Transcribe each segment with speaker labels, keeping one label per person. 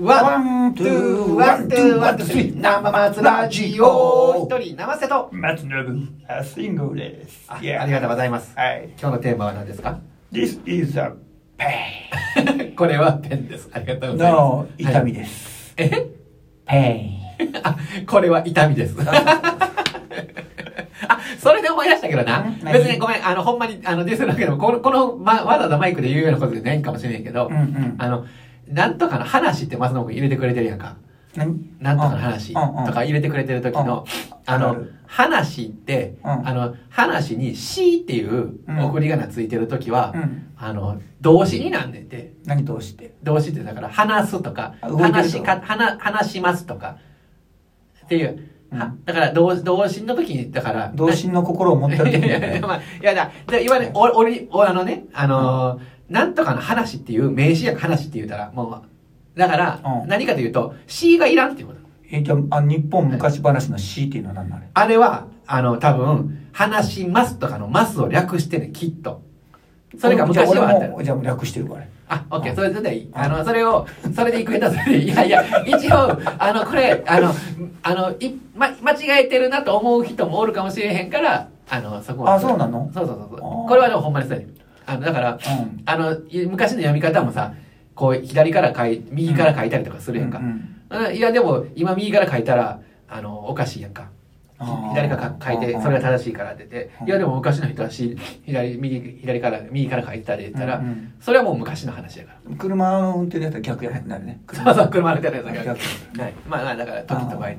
Speaker 1: ワン、ツー、ワン、ツー、ワン、ツー、スリー、生松ラジオ。
Speaker 2: 一人生瀬と。
Speaker 3: 松信あシングルです。
Speaker 2: あありがとうございます。
Speaker 3: はい。
Speaker 2: 今日のテーマは何ですか
Speaker 3: This is a pain.
Speaker 2: これはペンです。ありがとうございます。
Speaker 3: の痛み
Speaker 2: はい
Speaker 3: です。
Speaker 2: え
Speaker 3: pain。
Speaker 2: あ、これは痛みです。 あ、それで思い出したけどな。
Speaker 3: うん
Speaker 2: 別にごめん、あの、ほんまに、あの、ディスるわけでも、この、この、ま、わざわざマイクで言うようなことじゃないんかもしれんけど、
Speaker 3: うんうん
Speaker 2: あの、なんとかの話って松野君入れてくれてるやんか。
Speaker 3: 何
Speaker 2: なんとかの話とか入れてくれてる時の、あ
Speaker 3: あ
Speaker 2: の
Speaker 3: る、
Speaker 2: 話って、
Speaker 3: うん
Speaker 2: あの、話に C っていう送り仮名ついてる時は、
Speaker 3: うん
Speaker 2: あの、動詞になんでて、
Speaker 3: 何どうして
Speaker 2: 動詞ってだから、話すとか、
Speaker 3: あ動いてると
Speaker 2: 話しか、話、話しますとか、っていう、は
Speaker 3: うん
Speaker 2: だから動、動詞の時に、だから、
Speaker 3: 同心の心を持
Speaker 2: な
Speaker 3: っ
Speaker 2: い
Speaker 3: てる時
Speaker 2: や
Speaker 3: に
Speaker 2: いや いや、まあ、いやだ、で今ね、お、おり、お、あのね、あのーなんとかの話っていう名詞やん話って言うたら、もう、だから、
Speaker 3: うん
Speaker 2: 何かというと、C がいらんっていうこと。
Speaker 3: えじゃああ日本昔話の詩っていうのは何なの
Speaker 2: あれは、あの、多分、話しますとかのますを略してね、きっと。それが昔はあった
Speaker 3: じゃあ俺もじゃあ略してるから
Speaker 2: あ、オッケ
Speaker 3: う
Speaker 2: ー、
Speaker 3: ん
Speaker 2: それそれでいい。あの、それを、それでいくれたそれでいい。いや いや、一応、あの、これ、あの、あの、い、ま、間違えてるなと思う人もおるかもしれへんから、あの、そこは。
Speaker 3: あそうなの
Speaker 2: そうそうそうそう
Speaker 3: あー
Speaker 2: これはでもほんまにそうやねんあの、だから、
Speaker 3: うん
Speaker 2: あの、い昔の読み方もさ、こう、左から書い、右から書いたりとかするやんか。
Speaker 3: うんうん
Speaker 2: うんいや、でも、今右から書いたら、あの、おかしいやんか。
Speaker 3: あー
Speaker 2: 左から書いて、それが正しいからって言って、いや、でも昔の人はし、左、右、左から、右から書いてたり言ったら
Speaker 3: うんうん、
Speaker 2: それはもう昔の話やから。
Speaker 3: 車の運転のやつは逆やなるね
Speaker 2: そうそう、車の手のやつが。
Speaker 3: 逆
Speaker 2: はい。まあまあ、だから、時と場合に。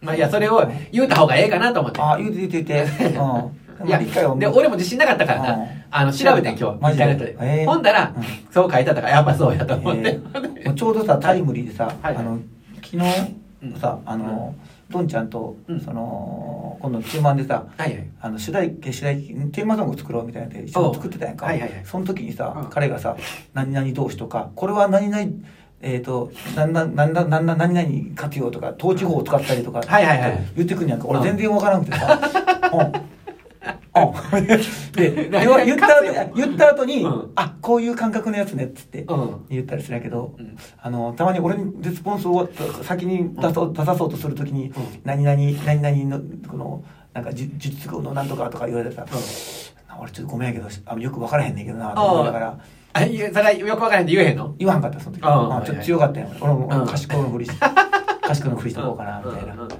Speaker 2: まあ、いや、それを言うた方がええかなと思って。
Speaker 3: あ言うて言うて言うてうん
Speaker 2: いや、
Speaker 3: 理解を
Speaker 2: で、俺も自信なかったから
Speaker 3: う。
Speaker 2: なんあの、調べてん今日、
Speaker 3: マ
Speaker 2: イン
Speaker 3: ジ
Speaker 2: タ
Speaker 3: で
Speaker 2: ーネット
Speaker 3: へ
Speaker 2: で。
Speaker 3: え
Speaker 2: ほんだら
Speaker 3: うん、
Speaker 2: そう書いてあったから、やっぱそうやと思っ
Speaker 3: え
Speaker 2: て。
Speaker 3: ーもうちょうどさタイムリーでさ、
Speaker 2: はい
Speaker 3: あの昨日さ、あの、どんちゃんと、
Speaker 2: うん
Speaker 3: その今度ツーマンでさ
Speaker 2: はいはい。
Speaker 3: あの主題歌主題テーマソング作ろうみたいなんで一緒に作ってたやんか、
Speaker 2: はいはいはい
Speaker 3: その時にさ、
Speaker 2: うん
Speaker 3: 彼がさ「何々同士」とか「これは何々えっ、と何々何々何々何々活用」とか「統治法を使ったり」とか
Speaker 2: はいはいはい
Speaker 3: 言ってくんやんか
Speaker 2: うん
Speaker 3: 俺全然わからなくて さ「うん」うんででは言った後言った後に「
Speaker 2: うん
Speaker 3: あこういう感覚のやつね」っつって、
Speaker 2: うん。
Speaker 3: 言ったりするんやけど、
Speaker 2: うん
Speaker 3: あのたまに俺にレスポンスを先に出そう、出さそうとするときに、
Speaker 2: ん
Speaker 3: 何々何々のこのなんかじゅ術語のなんとかとか言われてさ、俺ちょっとごめんやけどあのよく分からへんねんけどなと思いながら
Speaker 2: あ、いや、それはよくわからへんって言えへんの
Speaker 3: 言わんかったその時、
Speaker 2: ああ
Speaker 3: まあ
Speaker 2: はい
Speaker 3: ちょっと強かったよ俺も、
Speaker 2: うん
Speaker 3: 賢いのふりして 賢いのふりしとこうかなみたいな、
Speaker 2: うんうん
Speaker 3: うん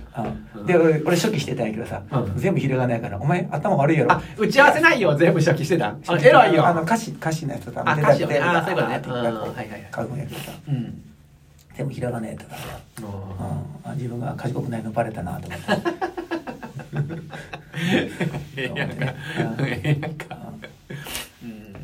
Speaker 3: で俺俺初期してたんやけどさ、
Speaker 2: うん
Speaker 3: 全部ひらがないからお前頭悪いやろ
Speaker 2: あ、打ち合わせ内容を全部初期してた。あ、偉いよ。
Speaker 3: あの歌詞歌詞のやつさ
Speaker 2: あ
Speaker 3: 出
Speaker 2: 歌詞を
Speaker 3: 出
Speaker 2: ねああそういうことね
Speaker 3: って言ったらこう
Speaker 2: うんはいはいはい
Speaker 3: 書くんやけどさ
Speaker 2: うん。
Speaker 3: 全部ひらがないとかさうんあ自分が賢くないのバレたなと思って
Speaker 2: ええやんか。え えやんか。うん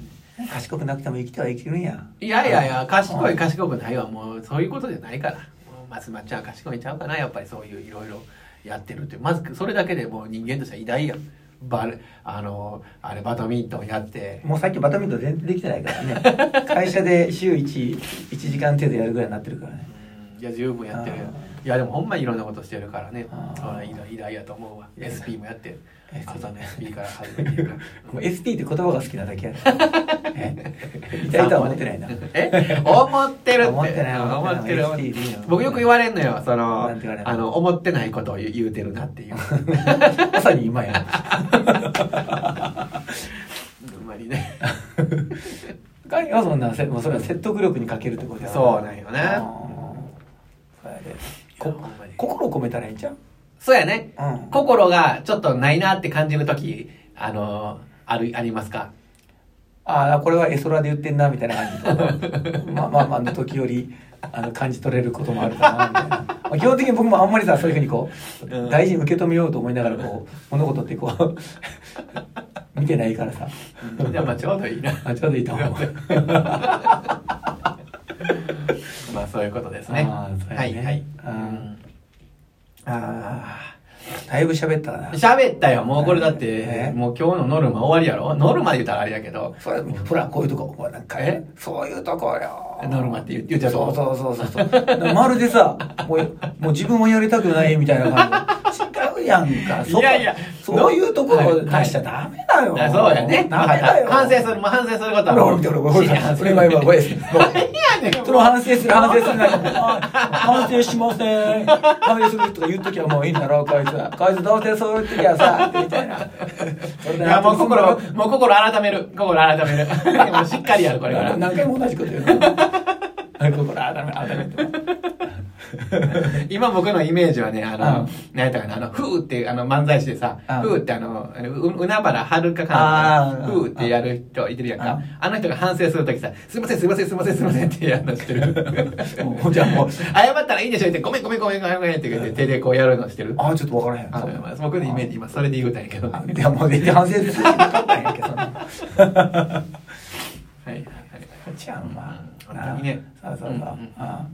Speaker 3: 賢くなくても生きては生きるんや
Speaker 2: いやいやいや、賢
Speaker 3: う
Speaker 2: い
Speaker 3: ん
Speaker 2: 賢くないはもうそういうことじゃないから。もう松松ちゃんは賢いちゃうかな、やっぱりそういういろいろやってるって。まずそれだけでもう人間としては偉大やん。バレ、あの、あれバドミントンやって。
Speaker 3: もうさっきバドミントン全然できてないから ね会社で週11時間程度やるぐらいになってるからね
Speaker 2: いや、十分やってるよ
Speaker 3: うん。
Speaker 2: いや、でもほんまにいろんなことしてるからね。
Speaker 3: うん
Speaker 2: あ偉大偉大やと思うわ。
Speaker 3: いや
Speaker 2: SP もやって。
Speaker 3: SP
Speaker 2: 朝の SP から始めてるから。
Speaker 3: もう SP って言葉が好きなだけやな え痛いとは思ってないな
Speaker 2: え思ってるって
Speaker 3: 思ってない
Speaker 2: うん思ってる
Speaker 3: 思ってない ST でいいよ
Speaker 2: 僕よく言われんのよその
Speaker 3: なんて言われんの
Speaker 2: あの思ってないことを言う言うてるな っていう
Speaker 3: まさに今や
Speaker 2: あんまりね
Speaker 3: 彼はそんなせもうそれは説得力に欠けるってことや
Speaker 2: そうなんよね
Speaker 3: あーそうやでこ
Speaker 2: ほんまに
Speaker 3: 心を込めたらいいんちゃう
Speaker 2: そうやね、
Speaker 3: うん
Speaker 2: 心がちょっとないなって感じる時あのあるありますか
Speaker 3: ああこれは絵空で言ってんなみたいな感じまあまあまあの時よりあの感じ取れることもあるかなみたいな、まあ、基本的に僕もあんまりさそういうふうにこう、
Speaker 2: うん
Speaker 3: 大事に受け止めようと思いながらこう物事ってこう見てないからさ
Speaker 2: じゃあまあちょうどいいな
Speaker 3: あちょうどいいと思う
Speaker 2: まあそういうことですね
Speaker 3: あーそうや
Speaker 2: はい
Speaker 3: ね
Speaker 2: はい、
Speaker 3: う
Speaker 2: うんん、
Speaker 3: ああだいぶ喋ったかな
Speaker 2: 喋ったよもうこれだって、
Speaker 3: ね
Speaker 2: もう今日のノルマ終わりやろノルマ言うたらあれやけど
Speaker 3: それほらこういうとこほらなんか
Speaker 2: え
Speaker 3: そういうとこよ
Speaker 2: ノルマって言言っちゃうと
Speaker 3: そ
Speaker 2: こ
Speaker 3: うそうそうそうそうだからまるでさもうもう自分もやりたくないみたいな感じ違うやんかそこ
Speaker 2: いやいや
Speaker 3: そういうところを出しちゃ
Speaker 2: はい
Speaker 3: ダメだよ、
Speaker 2: あそうやね。
Speaker 3: ダメだよ
Speaker 2: 反省する、もう反省することは
Speaker 3: ほら
Speaker 2: も
Speaker 3: ほら
Speaker 2: う。
Speaker 3: 見てほらほらほら
Speaker 2: 真に反省
Speaker 3: これ今今こ れ
Speaker 2: 何やねん、
Speaker 3: それを反省する反省するならもうあ反省しません反省するとか言うときはもういいんだろうこいつはこいつどうせそういうときはさみたいなそれ
Speaker 2: い
Speaker 3: で
Speaker 2: やもう心をもう心改める心改 めるもうしっかりやるこれから
Speaker 3: 何回も同じこと言うの心改め改めて
Speaker 2: 今僕のイメージはね、あ
Speaker 3: うん
Speaker 2: の、何やったかな、あの、ふーってあの漫才師でさ
Speaker 3: うん、
Speaker 2: ふーってあの、あのう海原はるかか
Speaker 3: あー
Speaker 2: な、ふーってやる人いてるやん
Speaker 3: う
Speaker 2: か
Speaker 3: ん。
Speaker 2: あの人が反省するときさ、すいません、すいません、すいません、すいませんってやるのしてる。
Speaker 3: もうじゃあもう
Speaker 2: 謝ったらいいんでしょって、ごめん、ごめん、ごめん、ごめんごめんって言って、手でこうやるのしてる。
Speaker 3: ああちょっと分からへん
Speaker 2: あの僕のイメージ、今それで言うたんやけど。はい
Speaker 3: あいやもう全然反省するしなかったんやけどな
Speaker 2: はいはい。
Speaker 3: じゃあまあ
Speaker 2: うん本当にね
Speaker 3: そうそうそう、
Speaker 2: うんうんうん
Speaker 3: ああ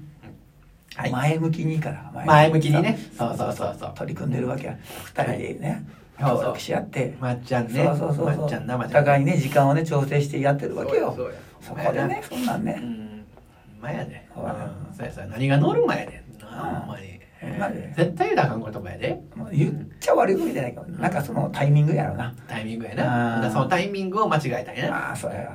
Speaker 2: はい
Speaker 3: 前向きにいいから
Speaker 2: 前向きにねそうそうそうそう
Speaker 3: 取り組んでるわけや二人でね、
Speaker 2: はい
Speaker 3: 協力し合って
Speaker 2: まっちゃんね
Speaker 3: そうそうそうそう
Speaker 2: まっちゃんなまっちゃん
Speaker 3: お互いね時間をね調整してやってるわけよ
Speaker 2: そうやそ
Speaker 3: そ
Speaker 2: うや
Speaker 3: こでねそんなん
Speaker 2: う
Speaker 3: ね、
Speaker 2: ん。まやね。う
Speaker 3: そうやなん
Speaker 2: そうやそうや。何が乗る前やねんな。ほんまに
Speaker 3: ほんまに。
Speaker 2: 絶対言うたらあかん言葉やで。
Speaker 3: まあ言っちゃ悪いことじゃないけど、なんかそのタイミングやろうな
Speaker 2: タイミングや
Speaker 3: あー
Speaker 2: な。だからそのタイミングを間違えたんやな。
Speaker 3: ああそうやそうや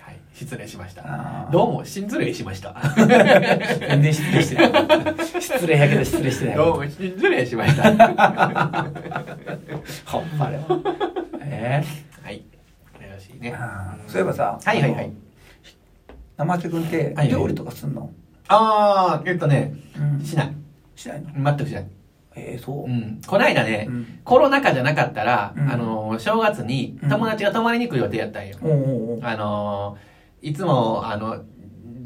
Speaker 2: はい、失礼しました。
Speaker 3: あ
Speaker 2: どうも、失礼しました。
Speaker 3: ー全然失礼してない失礼やけど失礼してない
Speaker 2: どうも、失礼しました。
Speaker 3: ほんまれはえ
Speaker 2: はい。よろしい
Speaker 3: え
Speaker 2: ね。
Speaker 3: そういえばさ
Speaker 2: はいはいは
Speaker 3: あ
Speaker 2: い
Speaker 3: の。生瀬君って
Speaker 2: はい
Speaker 3: 料理とかすんの、
Speaker 2: あー、えっとね、しない。
Speaker 3: しないの
Speaker 2: 全くしない。
Speaker 3: ええそうう、
Speaker 2: ん。こないだね、
Speaker 3: うん
Speaker 2: コロナ禍じゃなかったら、
Speaker 3: うん
Speaker 2: あのー、正月に友達が泊まりに来る予定やったんよ。
Speaker 3: おうおうおう
Speaker 2: あのーいつも、あの、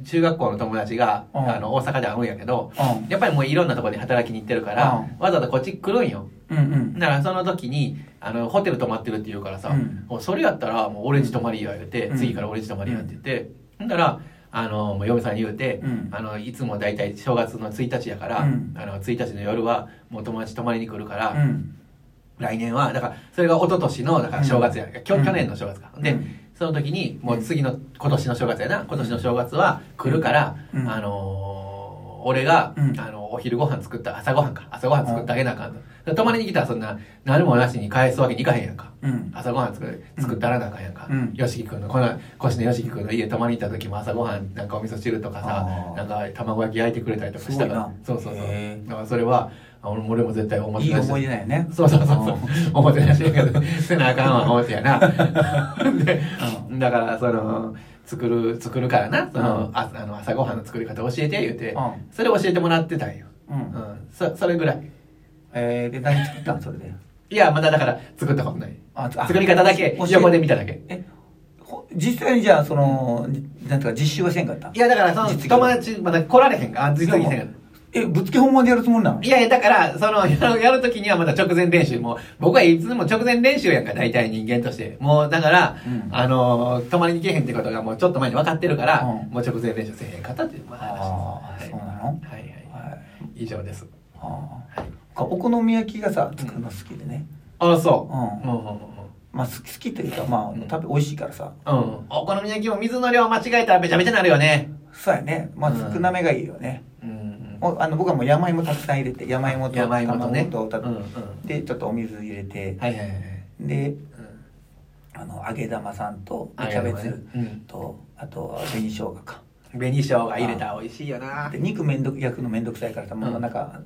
Speaker 2: 中学校の友達が、
Speaker 3: うん
Speaker 2: あの、大阪で会うんやけど、
Speaker 3: う
Speaker 2: やっぱりもういろんなところに働きに行ってるから、わざわざこっち来るんよ。
Speaker 3: んうんうん
Speaker 2: だからその時に、あの、ホテル泊まってるって言うからさ、
Speaker 3: うん
Speaker 2: もうそれやったら、もう俺んち泊まりや言うて、
Speaker 3: うん
Speaker 2: 次から俺んち泊まりやって言って、ほんだら、あの、もう嫁さんに言うて、
Speaker 3: うん
Speaker 2: あの、いつも大体正月の1日やから、
Speaker 3: うん
Speaker 2: あの、1日の夜は、もう友達泊まりに来るから、
Speaker 3: うん
Speaker 2: 来年は、だから、それが一昨年の、だから正月や、きょ
Speaker 3: うん
Speaker 2: 去年の正月か。
Speaker 3: う
Speaker 2: で
Speaker 3: ん、
Speaker 2: その時に、もう次の、今年の正月やな、今年の正月は来るから、
Speaker 3: うん
Speaker 2: あのー俺が、
Speaker 3: うん
Speaker 2: あの、お昼ご飯作った、朝ご飯か、朝ご飯作ってあげなあかんと。で泊まりに来たらそんな、何もなしに返すわけにいかへんやんか。
Speaker 3: うん
Speaker 2: 朝ごはん作る作ったらなあかんやんか、
Speaker 3: うん
Speaker 2: よしきくんのこの腰のよしきくんの家泊まりに行った時も朝ごはんなんかお味噌汁とか
Speaker 3: あ
Speaker 2: さ
Speaker 3: ー
Speaker 2: なんか卵焼き焼いてくれたりとかしたから
Speaker 3: す
Speaker 2: そ
Speaker 3: ご
Speaker 2: う
Speaker 3: いな
Speaker 2: そうそう
Speaker 3: へ
Speaker 2: だからそれはあ俺も俺も絶対思っ
Speaker 3: い
Speaker 2: て
Speaker 3: い
Speaker 2: ない
Speaker 3: 思い出だよね
Speaker 2: そうそうそうそ う。思ってなしやけど、せなあかんわ、思ってやな。で、だから、その、作る、作るからな、その、ああの朝ごはんの作り方教えて、言うて、
Speaker 3: うん
Speaker 2: それ教えてもらってたんよ。
Speaker 3: うん
Speaker 2: うん。そ、それぐらい。
Speaker 3: えー、で何作ったんそれで
Speaker 2: いや、まだだから、作ったことない。
Speaker 3: あ
Speaker 2: 作り方だけ
Speaker 3: 教え、
Speaker 2: 横で見ただけ。
Speaker 3: えほ実際にじゃあその、なんとか実習はせんかった
Speaker 2: いや、だから、その、
Speaker 3: 実技
Speaker 2: 友達、まだ来られへんか、あ実技せんか。
Speaker 3: えぶっつけ本番でやるつもりなの
Speaker 2: いやいや、だから、その、やるやるときにはまだ直前練習も、僕はいつも直前練習やんか、大体人間として。もう、だから、
Speaker 3: うん
Speaker 2: あの、泊まりに行けへんってことがもうちょっと前に分かってるから、
Speaker 3: うん
Speaker 2: もう直前練習せえへんかったっていう、まあ、
Speaker 3: ああ
Speaker 2: 話
Speaker 3: ー
Speaker 2: です。
Speaker 3: そうな
Speaker 2: はい、
Speaker 3: の
Speaker 2: はい、は
Speaker 3: はい
Speaker 2: い。以上です。
Speaker 3: あ
Speaker 2: はい、
Speaker 3: ーお好み焼きがさ作るの好きでね、
Speaker 2: あ、そう。
Speaker 3: うん
Speaker 2: うん、うん、うん。
Speaker 3: まあ好き好きというかまあ
Speaker 2: うん
Speaker 3: 食べ美味しいからさ
Speaker 2: うん、お好み焼きも水の量間違えたらめちゃめちゃなるよね。
Speaker 3: そうやねまあ
Speaker 2: うん
Speaker 3: 少なめがいいよね、
Speaker 2: うんうん、
Speaker 3: もうあの僕はもう山芋たくさん入れて山芋と
Speaker 2: 山芋とね。
Speaker 3: 卵
Speaker 2: う
Speaker 3: と
Speaker 2: ん、うん。は
Speaker 3: でちょっとお水入れて
Speaker 2: い、はい、はいはい。
Speaker 3: で
Speaker 2: うん
Speaker 3: あの揚げ玉さんとキ
Speaker 2: 揚げ
Speaker 3: ャ
Speaker 2: 玉ね
Speaker 3: ベツと、あとは紅生姜か
Speaker 2: 紅生姜入れたら美味しいよな。
Speaker 3: で肉めんどく焼くのめんどくさいからさもうなんか、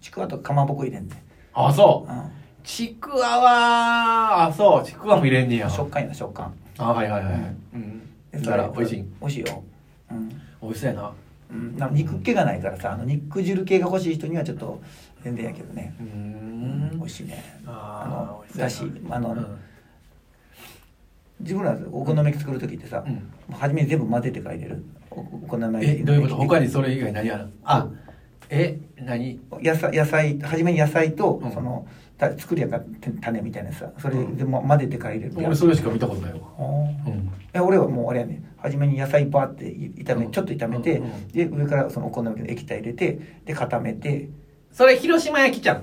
Speaker 3: ちくわとかまぼこ入れんで、
Speaker 2: あ、そう。
Speaker 3: う
Speaker 2: ちくわは、あ、そう、ちくわも入れんねや
Speaker 3: ん、。食感やな食感
Speaker 2: あ、はいはいはいはい。うん。
Speaker 3: で
Speaker 2: だから、
Speaker 3: そ
Speaker 2: 美
Speaker 3: れ
Speaker 2: 味しい。
Speaker 3: 美味しいよ、うん
Speaker 2: 美味しそうやな。
Speaker 3: うん、なんか肉気がないからさあの肉汁系が欲しい人にはちょっと全然やけどね、
Speaker 2: うー
Speaker 3: うん、美
Speaker 2: ん
Speaker 3: 味。しいねあ
Speaker 2: あ
Speaker 3: の
Speaker 2: ー
Speaker 3: だしあの、自分らお好み焼き作る時ってさ、
Speaker 2: うん
Speaker 3: 初めに全部混ぜてから入れるおお好み焼
Speaker 2: え、
Speaker 3: き
Speaker 2: どういうこと他にそれ以外何やるあ、え、何
Speaker 3: 野菜野菜初めに野菜と、
Speaker 2: うん
Speaker 3: そのた作りやからて種みたいなさそれ
Speaker 2: うん
Speaker 3: でも混ぜてから入れる、
Speaker 2: 俺それしか見たことないわ。
Speaker 3: あー
Speaker 2: うん。
Speaker 3: え俺はもうあれやね初めに野菜バーってい炒め、
Speaker 2: うん
Speaker 3: ちょっと炒めて、
Speaker 2: うんうん
Speaker 3: で上からそのお好み焼きの液体入れてで固めて
Speaker 2: それ、広島焼きちゃん。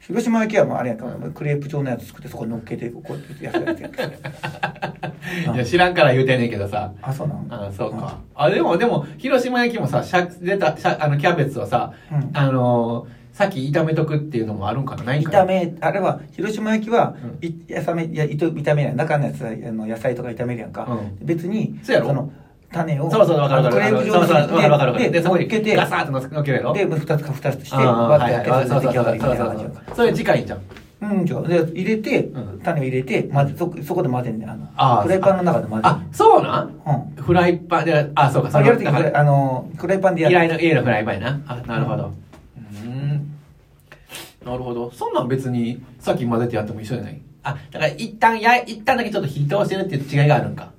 Speaker 3: 広島焼きはもうあれやんか、クレープ状のやつ作ってそこに乗っけてこうやって野菜やってやる
Speaker 2: いや、知らんから言うてんねんけどさ。
Speaker 3: あそうなの
Speaker 2: あそうか。あ、でも、でも、広島焼きもさ、しゃ、出た、しゃ、あの、キャベツをさ、
Speaker 3: うん
Speaker 2: あのー、さっき炒めとくっていうのもあるんかなないんかな
Speaker 3: 炒めあれは広島焼きは、
Speaker 2: う
Speaker 3: い炒めいやいと炒めない中のやつあの野菜とか炒めるやんか、
Speaker 2: うん
Speaker 3: 別に
Speaker 2: そうやろ
Speaker 3: の種を
Speaker 2: そうそう、わかるわかる。
Speaker 3: クレープ
Speaker 2: そ
Speaker 3: 状
Speaker 2: う
Speaker 3: に
Speaker 2: そう、わかるわかる。
Speaker 3: してで
Speaker 2: で、そこ
Speaker 3: 乗
Speaker 2: に
Speaker 3: っけて
Speaker 2: ガサーッと乗せ乗っけるやろ。
Speaker 3: で、二つか二つとして、
Speaker 2: ああ
Speaker 3: バッてやって、
Speaker 2: はい
Speaker 3: それで出来上が
Speaker 2: そう
Speaker 3: りみ
Speaker 2: そ
Speaker 3: た
Speaker 2: う
Speaker 3: いな
Speaker 2: そう
Speaker 3: 感
Speaker 2: そ
Speaker 3: じよ
Speaker 2: う。それ次回じゃん。
Speaker 3: うん、じゃあ、で入れて
Speaker 2: うん、
Speaker 3: 種を入れて、混ぜ、そこ、そこで混ぜんね、あ
Speaker 2: あ
Speaker 3: の、
Speaker 2: あ
Speaker 3: フライパンの中で混ぜる
Speaker 2: あ、そうなん
Speaker 3: うん。
Speaker 2: フライパンで、あ、そうか、
Speaker 3: あ
Speaker 2: の
Speaker 3: やるとき、
Speaker 2: だから
Speaker 3: あの、フライパンでやる。
Speaker 2: 嫌いの、家のフライパンやな。あ、なるほど。うん。なるほど。そんなん別に、さっき混ぜてやっても一緒じゃないあ、だから一旦や、一旦だけちょっと火通してるっていう違いがあるんか。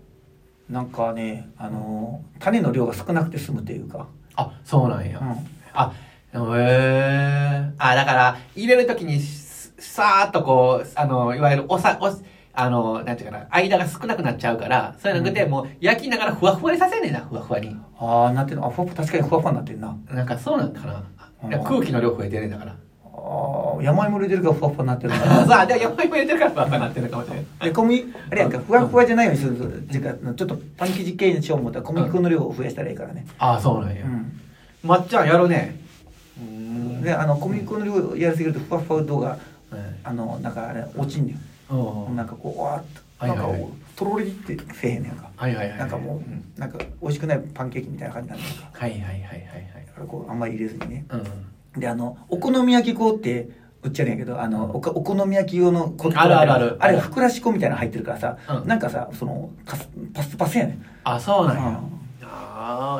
Speaker 3: なんかね、あの、種の量が少なくて済むというか。
Speaker 2: あ、そうなんや。
Speaker 3: うん
Speaker 2: あ、へえあ、だから、入れるときにす、さーっとこう、あの、いわゆるおさ、おあの、なんていうかな、間が少なくなっちゃうから、そういうのなくて、もう焼きながらふわふわにさせんねんな、ふわふわに。
Speaker 3: ああ、なってんの、あ、ふわ確かにふわふわになってんな。
Speaker 2: なんかそうなんかな。
Speaker 3: うん
Speaker 2: 空気の量増えてるんだから。
Speaker 3: ああ、山芋入れてるからふわふわになってるか
Speaker 2: あ
Speaker 3: ら。
Speaker 2: さあ、で、山芋入れてるからふわふわになってるのかもしれない。
Speaker 3: で、小麦、あれやんか、ふわふわじゃないようにするっていうか、ちょっとパン生地系にしよう思ったら、小麦粉の量を増やしたらいいからね。
Speaker 2: ああ、そうなん
Speaker 3: う
Speaker 2: や。
Speaker 3: ん。
Speaker 2: まっちゃんやるね。うーん
Speaker 3: で、あの、小麦粉の量をやりすぎると、ふわふわ度が、
Speaker 2: はい
Speaker 3: あの、なんかあれ、落ちんねん。
Speaker 2: うん
Speaker 3: なんかこうわーっと
Speaker 2: はい
Speaker 3: なん
Speaker 2: はい
Speaker 3: か
Speaker 2: はい
Speaker 3: こうとろりってせえへんねんか、
Speaker 2: はいはいはい。
Speaker 3: なんかも
Speaker 2: ん
Speaker 3: うなんか美味しくないパンケーキみたいな感じなんねんか
Speaker 2: はいはいはいはいはい
Speaker 3: だ。からこうあんまり入れずにね
Speaker 2: うん。
Speaker 3: であのお好み焼き粉って売っちゃうんやけどあのおかお好み焼き用の粉
Speaker 2: あるあるある
Speaker 3: あれふくらし粉みたいなの入ってるからさ、
Speaker 2: うん
Speaker 3: なんかさそのパスパスパスやねん
Speaker 2: あ、そうなんや。
Speaker 3: うん
Speaker 2: あ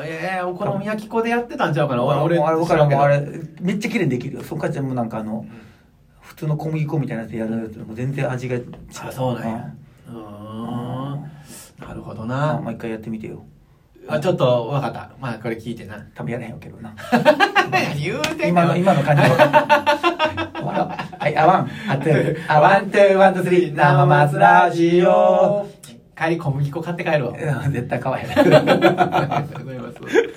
Speaker 2: あ、ええお好み焼き粉でやってたんちゃうかな。俺、
Speaker 3: もうあれ
Speaker 2: 俺、
Speaker 3: 僕らもうあ
Speaker 2: れ。
Speaker 3: れめっちゃ綺麗にできるよそのかちゃんもなんかあの、普通の小麦粉みたいなやつでやるやつも全然味が違う
Speaker 2: あ、そうなんや。うーん。なるほどな。
Speaker 3: もう一回やってみてよ
Speaker 2: あ、ちょっと、わかった。まあ、これ聞いてな。
Speaker 3: 多分やれへんよけどな
Speaker 2: 言う てん
Speaker 3: 今の、今の感じ分かった。はい、あわん、あて、あわん、て、ワン、ツー、スリー、生松ラジオ。。
Speaker 2: 帰り小麦粉買って帰るわ。
Speaker 3: うん絶対かわいい。
Speaker 2: ありがとうございます。